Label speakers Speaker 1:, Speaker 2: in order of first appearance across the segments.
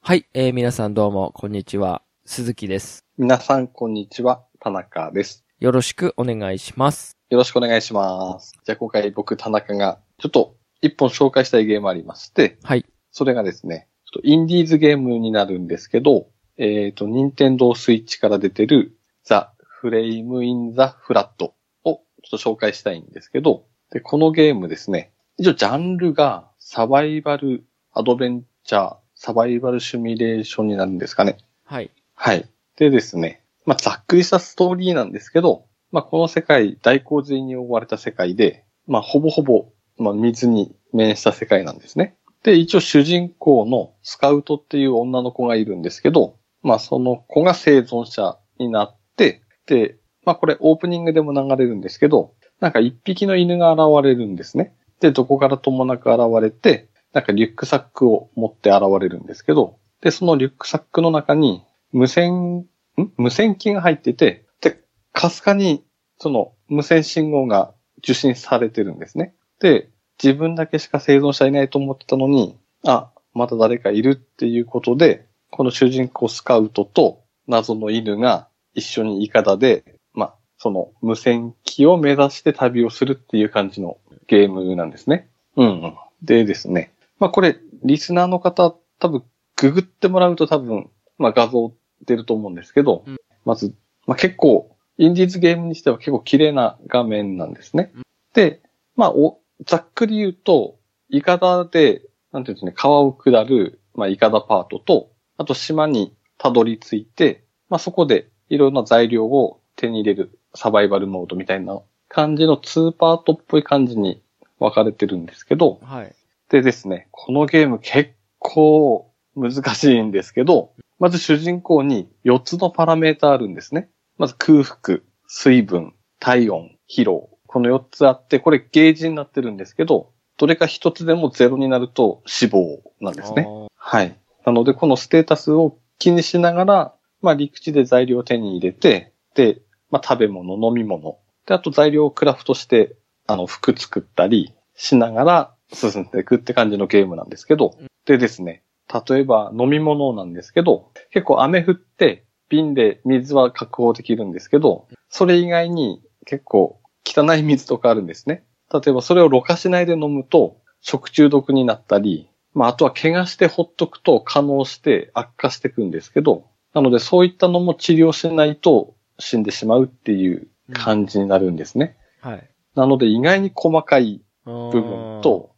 Speaker 1: はい、えー皆さんどうも、こんにちは。鈴木です。
Speaker 2: 皆さん、こんにちは。田中です。
Speaker 1: よろしくお願いします。
Speaker 2: よろしくお願いします。じゃあ、今回僕、田中が、ちょっと、一本紹介したいゲームありまして、
Speaker 1: はい。
Speaker 2: それがですね、ちょっとインディーズゲームになるんですけど、えっ、と、任天堂スイッチから出てる、ザ・フレイム・イン・ザ・フラットを、ちょっと紹介したいんですけど、で、このゲームですね、一応、ジャンルが、サバイバル・アドベンチャー、サバイバル・シミュレーションになるんですかね。
Speaker 1: はい。
Speaker 2: はい。でですね、まあ、ざっくりしたストーリーなんですけど、まあ、この世界、大洪水に覆われた世界で、まあ、ほぼほぼ、まあ、水に面した世界なんですね。で、一応主人公のスカウトっていう女の子がいるんですけど、まあ、その子が生存者になって、で、まあ、これオープニングでも流れるんですけど、なんか一匹の犬が現れるんですね。で、どこからともなく現れて、なんかリュックサックを持って現れるんですけど、で、そのリュックサックの中に、無線、ん無線機が入ってて、で、かすかに、その、無線信号が受信されてるんですね。で、自分だけしか生存者いないと思ってたのに、あ、まだ誰かいるっていうことで、この主人公スカウトと謎の犬が一緒にイカダで、まあ、その無線機を目指して旅をするっていう感じのゲームなんですね。うんうん。でですね。まあ、これ、リスナーの方、多分、ググってもらうと多分、まあ、画像出ると思うんですけど、
Speaker 1: うん
Speaker 2: まず、まあ、結構、インディーズゲームにしては結構綺麗な画面なんですね。
Speaker 1: うん
Speaker 2: で、まあ、お、ざっくり言うと、イカダで、なんていうんですね、川を下る、まあ、イカダパートと、あと島にたどり着いて、まあ、そこでいろんな材料を手に入れるサバイバルモードみたいな感じの2パートっぽい感じに分かれてるんですけど、
Speaker 1: はい。
Speaker 2: でですね、このゲーム結構難しいんですけど、まず主人公に4つのパラメータあるんですね。まず空腹、水分、体温、疲労。この4つあって、これゲージになってるんですけど、どれか1つでも0になると死亡なんですね。
Speaker 1: ね。
Speaker 2: はい。なので、このステータスを気にしながら、まあ、陸地で材料を手に入れて、で、まあ、食べ物、飲み物。で、あと材料をクラフトして、あの、服作ったりしながら進んでいくって感じのゲームなんですけど
Speaker 1: う、
Speaker 2: でですね、例えば飲み物なんですけど、結構雨降って瓶で水は確保できるんですけど、それ以外に結構汚い水とかあるんですね。例えばそれをろ過しないで飲むと食中毒になったり、まああとは怪我してほっとくと可能して悪化していくんですけど、なのでそういったのも治療しないと死んでしまうっていう感じになるんですね。
Speaker 1: はい。
Speaker 2: なので意外に細かい
Speaker 1: 部
Speaker 2: 部分、と、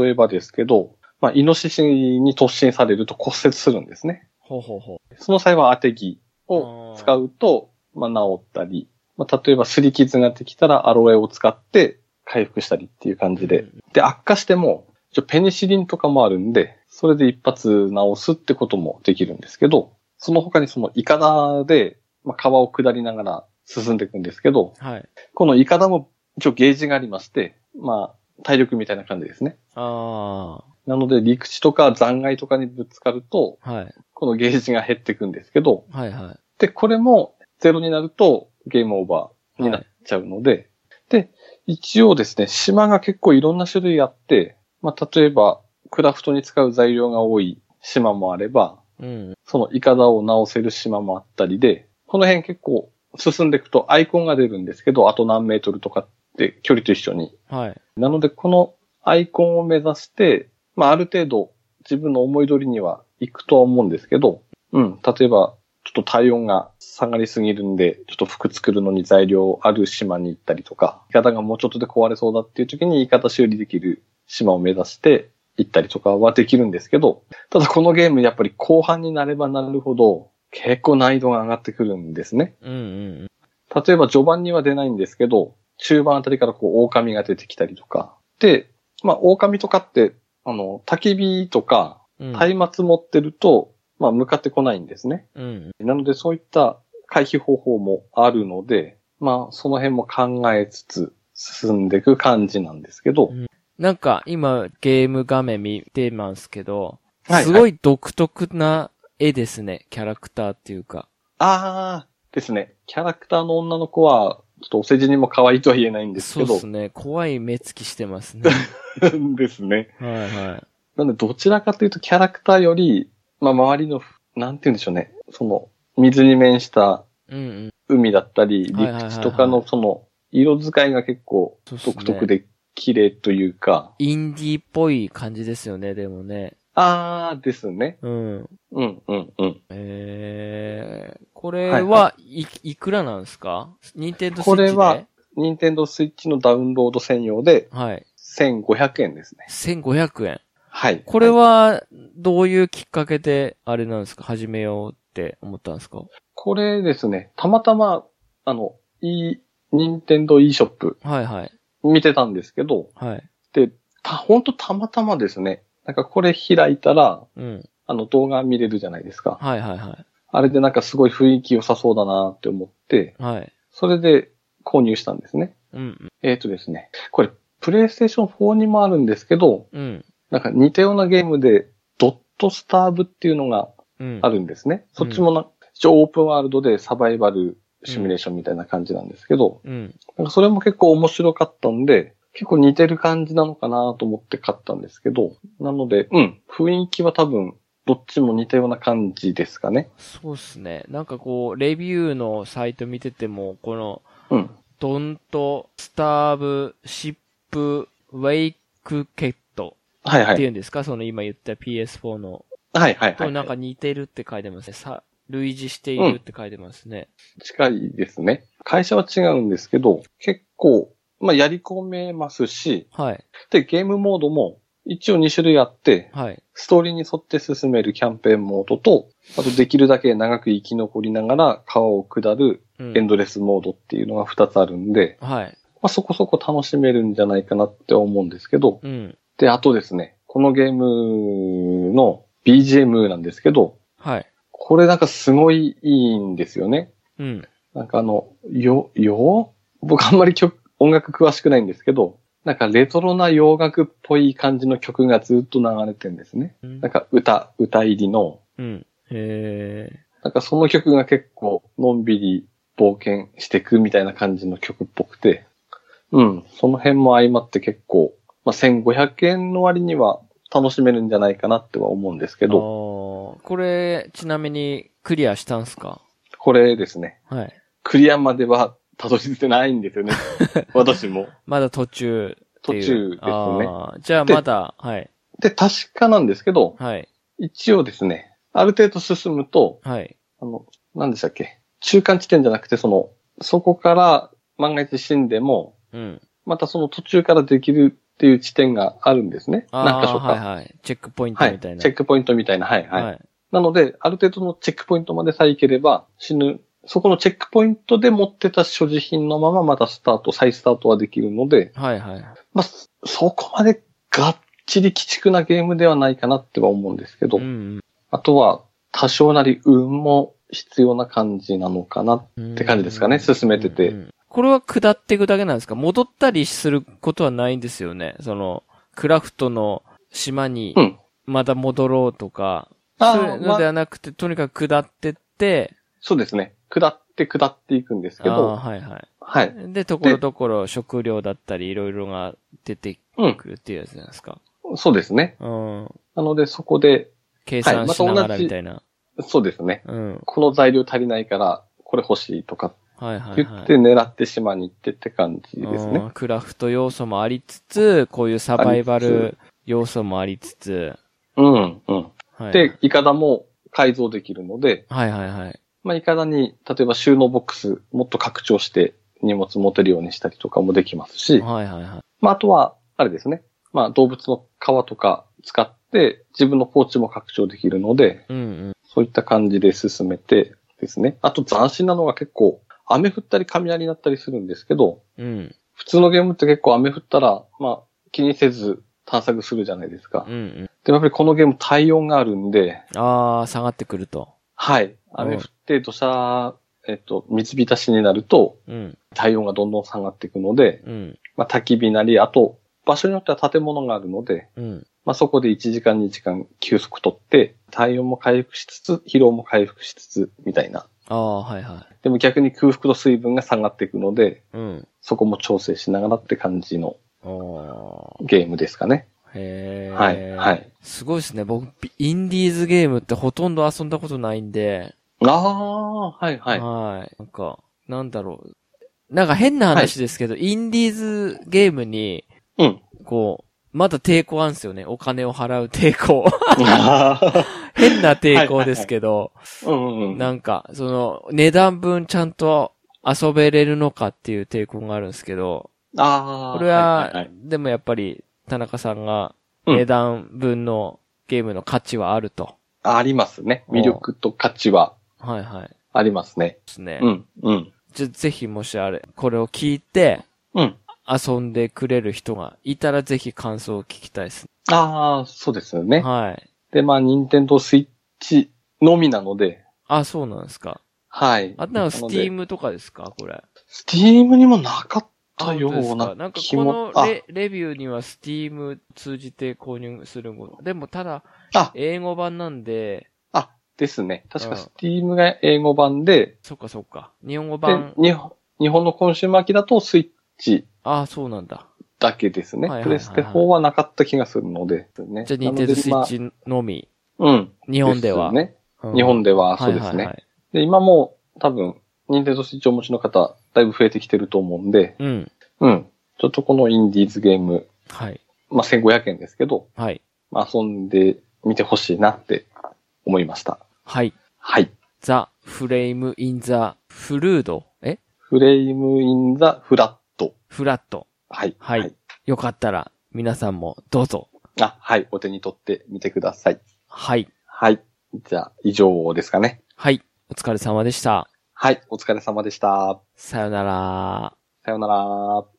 Speaker 2: 例えばですけど、まあイノシシに突進されると骨折するんですね。
Speaker 1: ほうほうほ
Speaker 2: その際は当て木
Speaker 1: う。
Speaker 2: を
Speaker 1: あー
Speaker 2: 使。うと、まあ、治ったり、まあ、例えば擦り傷ができたらアロエを使って回復したりっていう感じで。
Speaker 1: うん
Speaker 2: で、悪化しても、一応ペニシリンとかもあるんで、それで一発治すってこともできるんですけど、その他にそのイカダで、まあ、川を下りながら進んでいくんですけど、
Speaker 1: はい。
Speaker 2: このイカダも一応ゲージがありまして、まあ、体力みたいな感じですね。
Speaker 1: あ
Speaker 2: なので、陸地とか残骸とかにぶつかると、
Speaker 1: あ。はい。
Speaker 2: このゲージが減っていくんですけど、
Speaker 1: はいは
Speaker 2: で、これもゼロになるとゲームオーバーになっちゃうので、で、一応ですね、島が結構いろんな種類あって、まあ、例えば、クラフトに使う材料が多い島もあれば、
Speaker 1: い。うん。
Speaker 2: そのイカダを直せる島もあったりで、この辺結構進んでいくとアイコンが出るんですけど、あと何メートルとかって距離と一緒に
Speaker 1: はい。
Speaker 2: なので、このアイコンを目指して、まあ、ある程度自分の思い通りには行くとは思うんですけど、うん、例えば、ちょっと体温が下がりすぎるんで、ちょっと服作るのに材料ある島に行ったりとか、イカダがもうちょっとで壊れそうだっていう時にイカダ修理できる島を目指して行ったりとかはできるんですけど、ただこのゲームやっぱり後半になればなるほど、結構難易度が上がってくるんですね。
Speaker 1: うんうん
Speaker 2: 例えば序盤には出ないんですけど、中盤あたりからこう、狼が出てきたりとか。で、まあ、狼とかって、あの、焚き火とか、
Speaker 1: うん。
Speaker 2: 松明持ってると、まあ、向かってこないんですね。
Speaker 1: うん。
Speaker 2: なので、そういった回避方法もあるので、まあ、その辺も考えつつ、進んでいく感じなんですけど、
Speaker 1: なんか、今、ゲーム画面見てますけど、
Speaker 2: はい
Speaker 1: すごい独特な絵ですね。キャラクターっていうか。
Speaker 2: あーですね、キャラクターの女の子は、ちょっとお世辞にも可愛いとは言えないんです
Speaker 1: そう
Speaker 2: け
Speaker 1: で
Speaker 2: ど
Speaker 1: す、ね。怖い目つきしてますね。
Speaker 2: ですね。
Speaker 1: はいはい。
Speaker 2: なんで、どちらかというと、キャラクターより、まあ、周りの、なんて言うんでしょうね。その、水に面した
Speaker 1: うんうん。
Speaker 2: 海だったり、
Speaker 1: はいはいはいはい
Speaker 2: 陸地とかのその、色使いが結構
Speaker 1: そうっすね
Speaker 2: 独特で綺麗というか、
Speaker 1: インディーっぽい感じですよね、でもね。
Speaker 2: あーですね。
Speaker 1: うん。
Speaker 2: うん、うん、うん。
Speaker 1: えー、これ
Speaker 2: は
Speaker 1: は、
Speaker 2: い
Speaker 1: いいくらなんですか任天堂スイッチ
Speaker 2: こ
Speaker 1: で
Speaker 2: れはニンテンドースイッチのダウンロード専用で、
Speaker 1: はい。
Speaker 2: 1500円ですね。
Speaker 1: 1500円。
Speaker 2: はい。
Speaker 1: これ
Speaker 2: はい
Speaker 1: は、どういうきっかけで、あれなんですか始めようって思ったんですかは
Speaker 2: これですね、たまたま、あの、いい、ニンテンドー e ショップ
Speaker 1: いはい。
Speaker 2: 見てたんですけど、
Speaker 1: はい。
Speaker 2: た、ほんとたまたまですね。なんかこれ開いたら、
Speaker 1: うん。
Speaker 2: あの動画見れるじゃないですか。
Speaker 1: はいはいは
Speaker 2: あれでなんかすごい雰囲気良さそうだなって思って、
Speaker 1: い。はい。
Speaker 2: それで購入したんですね。
Speaker 1: うん。
Speaker 2: えっ、とですね。これ、プレイステーション4にもあるんですけど、
Speaker 1: うん。
Speaker 2: なんか似たようなゲームで、ドットスターブっていうのが
Speaker 1: うん。
Speaker 2: あるんですね。そっちもな、一応オープンワールドでサバイバルシミュレーションみたいな感じなんですけど、
Speaker 1: うん。
Speaker 2: なんかそれも結構面白かったんで、結構似てる感じなのかなと思って買ったんですけど、なので、うん、雰囲気は多分、どっちも似たような感じですかね。
Speaker 1: そうっすね。なんかこう、レビューのサイト見てても、この、
Speaker 2: うん。
Speaker 1: ドント、スターブ、シップ、ウェイクケット
Speaker 2: はいは
Speaker 1: ってい
Speaker 2: い。
Speaker 1: うんですか、その今言った PS4 の。
Speaker 2: はいはいは
Speaker 1: と
Speaker 2: い。
Speaker 1: なんか似てるって書いてますね。さ、類似しているって書いてますね。
Speaker 2: 近いですね。会社は違うんですけど、結構、まあ、やり込めますし、
Speaker 1: はい。
Speaker 2: で、ゲームモードも一応2種類あって、
Speaker 1: はい。
Speaker 2: ストーリーに沿って進めるキャンペーンモードと、あとできるだけ長く生き残りながら川を下る
Speaker 1: うん
Speaker 2: エンドレスモードっていうのが2つあるんで、
Speaker 1: はい。
Speaker 2: まあ、そこそこ楽しめるんじゃないかなって思うんですけど、
Speaker 1: うん。
Speaker 2: で、あとですね、このゲームの BGM なんですけど、
Speaker 1: はい。
Speaker 2: これなんかすごいいいんですよね。
Speaker 1: うん。
Speaker 2: なんかあの、よ、よ僕あんまり曲、音楽詳しくないんですけど、なんかレトロな洋楽っぽい感じの曲がずっと流れてるんですね。
Speaker 1: うん
Speaker 2: なんか歌、歌入りの、
Speaker 1: うん。へえ。
Speaker 2: なんかその曲が結構のんびり冒険していくみたいな感じの曲っぽくて、うん、その辺も相まって結構、まあ、1500円の割には楽しめるんじゃないかなっては思うんですけ
Speaker 1: あ
Speaker 2: ど、
Speaker 1: ーこれ、ちなみに、クリアしたんすか
Speaker 2: これですね、
Speaker 1: はい。
Speaker 2: クリアまではたどり着いてないん ですよね。私も。
Speaker 1: まだ途中っていう。
Speaker 2: 途中ですね
Speaker 1: あーじゃあまだ、はい。
Speaker 2: で、確かなんですけど、
Speaker 1: はい。
Speaker 2: 一応ですね、ある程度進むと、
Speaker 1: はい。
Speaker 2: あの、何でしたっけ中間地点じゃなくて、その、そこから万が一死んでも、
Speaker 1: うん。
Speaker 2: またその途中からできるっていう地点があるんですね。
Speaker 1: あ
Speaker 2: 何箇
Speaker 1: あ
Speaker 2: 所
Speaker 1: ー、
Speaker 2: か。
Speaker 1: は
Speaker 2: はいい、
Speaker 1: はい。チェックポイントみたいな。
Speaker 2: チェックポイントみたいな。はい、はい。
Speaker 1: はい。
Speaker 2: なので、ある程度のチェックポイントまでさえ行ければ死ぬ。そこのチェックポイントで持ってた所持品のまままたスタート、再スタートはできるので、
Speaker 1: はいはい。
Speaker 2: まあ、そそこまでがっちり鬼畜なゲームではないかなっては思うんですけど、
Speaker 1: うん
Speaker 2: あとは多少なり運も必要な感じなのかな。
Speaker 1: うん。
Speaker 2: って感じですかね進めてて
Speaker 1: うんうんこれは下っていくだけなんですか戻ったりすることはないんですよね。その、クラフトの島に
Speaker 2: うん、
Speaker 1: また戻ろうとか、
Speaker 2: あー
Speaker 1: そういうのではなくて、とにかく下ってって、
Speaker 2: そうですね。下って下っていくんですけ
Speaker 1: ああ
Speaker 2: ど、
Speaker 1: ー、はいはい。
Speaker 2: はい。
Speaker 1: で、ところどころ食料だったり、いろいろが出て
Speaker 2: うん。
Speaker 1: くるっていうやつなんですか。
Speaker 2: そうですね。
Speaker 1: うん。
Speaker 2: なので、そこで、
Speaker 1: 計算しな
Speaker 2: はいま
Speaker 1: が
Speaker 2: た同
Speaker 1: ら
Speaker 2: じ
Speaker 1: みたいな。
Speaker 2: そうですね。
Speaker 1: うん。
Speaker 2: この材料足りないから、これ欲しいとか
Speaker 1: はいはい、はい。
Speaker 2: 言って狙って島に行ってって感じですね。
Speaker 1: うんクラフト要素もありつつ、こういうサバイバ
Speaker 2: あり
Speaker 1: ル要素もありつつ、
Speaker 2: うん、うん。
Speaker 1: はい。
Speaker 2: で、イカダも改造できるので、
Speaker 1: はいはいはい。
Speaker 2: まあ、イカダに、例えば収納ボックス、もっと拡張して荷物持てるようにしたりとかもできますし、
Speaker 1: はいはいはい。
Speaker 2: まあ、あとは、あれですね。まあ、動物の皮とか使って、自分のポーチも拡張できるので、
Speaker 1: うんうん。
Speaker 2: そういった感じで進めてですね。あと斬新なのが結構、雨降ったり雷鳴ったりするんですけど、
Speaker 1: うん。
Speaker 2: 普通のゲームって結構雨降ったら、まあ、気にせず探索するじゃないですか。
Speaker 1: うんうん。
Speaker 2: でもやっぱりこのゲーム体温があるんで、
Speaker 1: あー、下がってくると。
Speaker 2: はい。雨降って土砂、えっと、水浸しになると、
Speaker 1: うん。
Speaker 2: 体温がどんどん下がっていくので、
Speaker 1: うん。
Speaker 2: まあ、焚き火なり、あと、場所によっては建物があるので、
Speaker 1: うん。
Speaker 2: まあ、そこで1時間2時間休息取って、体温も回復しつつ、疲労も回復しつつ、みたいな。
Speaker 1: あー、はいは
Speaker 2: でも逆に空腹と水分が下がっていくので、
Speaker 1: い。うん。
Speaker 2: そこも調整しながらって感じの
Speaker 1: あー。
Speaker 2: ゲームですかね。
Speaker 1: へへえ。
Speaker 2: はい、はい。
Speaker 1: すごいですね。僕、インディーズゲームってほとんど遊んだことないんで、
Speaker 2: ああ、はい、はい。
Speaker 1: はい。なんか、なんだろう。なんか変な話ですけど、インディーズゲームに、
Speaker 2: うん。
Speaker 1: こう、まだ抵抗あるんですよね。お金を払う抵抗。
Speaker 2: あー
Speaker 1: 変な抵抗ですけど、
Speaker 2: うんうんうん。
Speaker 1: なんか、その、値段分ちゃんと遊べれるのかっていう抵抗があるんですけど、
Speaker 2: ああ。
Speaker 1: これ
Speaker 2: いい、
Speaker 1: はいでもやっぱり、田中さんが、
Speaker 2: うん
Speaker 1: 値段分のゲームの価値はあると。
Speaker 2: ありますね。魅力と価値は
Speaker 1: はいはい。で
Speaker 2: ありますね。
Speaker 1: すね。
Speaker 2: うん、うん。
Speaker 1: じゃ、ぜひもしあれ、これを聞いて、
Speaker 2: うん。
Speaker 1: 遊んでくれる人がいたらぜひ感想を聞きたいです
Speaker 2: ああ、そうですよね
Speaker 1: ね。。はい。
Speaker 2: で、まあ、任天堂スイッチのみなので、
Speaker 1: あ、そうなんですか。
Speaker 2: はい。
Speaker 1: あとなんかスティー
Speaker 2: ム。
Speaker 1: ムとかですかこれ。
Speaker 2: スティームにもなかった
Speaker 1: あ本
Speaker 2: よ
Speaker 1: 当で
Speaker 2: う
Speaker 1: すかな
Speaker 2: なん
Speaker 1: か
Speaker 2: 気
Speaker 1: こ
Speaker 2: も。
Speaker 1: の
Speaker 2: あ、
Speaker 1: レレビューにはスティーム通じて購入するもの。でもただ、
Speaker 2: あ、
Speaker 1: 英語版なんで、
Speaker 2: あ、ですね。確
Speaker 1: うん
Speaker 2: かスティームが英語版で、
Speaker 1: そっかそっか。日本語
Speaker 2: で
Speaker 1: 版、
Speaker 2: 日本日本のコンシューマー機だとスイッチ
Speaker 1: あ、そうなんだ。
Speaker 2: だけですね
Speaker 1: はい。はい
Speaker 2: プ
Speaker 1: はい
Speaker 2: レ
Speaker 1: はい
Speaker 2: ステ4はなかった気がするので。ね
Speaker 1: じゃあ、ニンテンドースイッ。
Speaker 2: なので
Speaker 1: チのみ。
Speaker 2: まあうん。
Speaker 1: 日本では。
Speaker 2: すね。
Speaker 1: うん
Speaker 2: 日本では、そうです
Speaker 1: はいはいは
Speaker 2: ね。
Speaker 1: い
Speaker 2: で、今も多分、任天堂スイッチをお持ちの方、だいぶ増えてきてると思うんで、
Speaker 1: うん。
Speaker 2: うん。ちょっとこのインディーズゲーム、
Speaker 1: はい。
Speaker 2: まあ、1500円ですけど、
Speaker 1: はい。
Speaker 2: まあ、遊んでみてほしいなって思いました。
Speaker 1: はい。
Speaker 2: はい。
Speaker 1: ザ・フレーム・イン・ザ・フルード。え
Speaker 2: フレームインザフラット。
Speaker 1: フラット。
Speaker 2: はい。
Speaker 1: はいよかったら、皆さんもどうぞ。
Speaker 2: あ、はい。お手に取ってみてください。
Speaker 1: はい。
Speaker 2: はい。じゃあ、以上ですかね。
Speaker 1: はい。お疲れ様でした。
Speaker 2: はい。お疲れ様でした。
Speaker 1: さよなら。
Speaker 2: さようなら。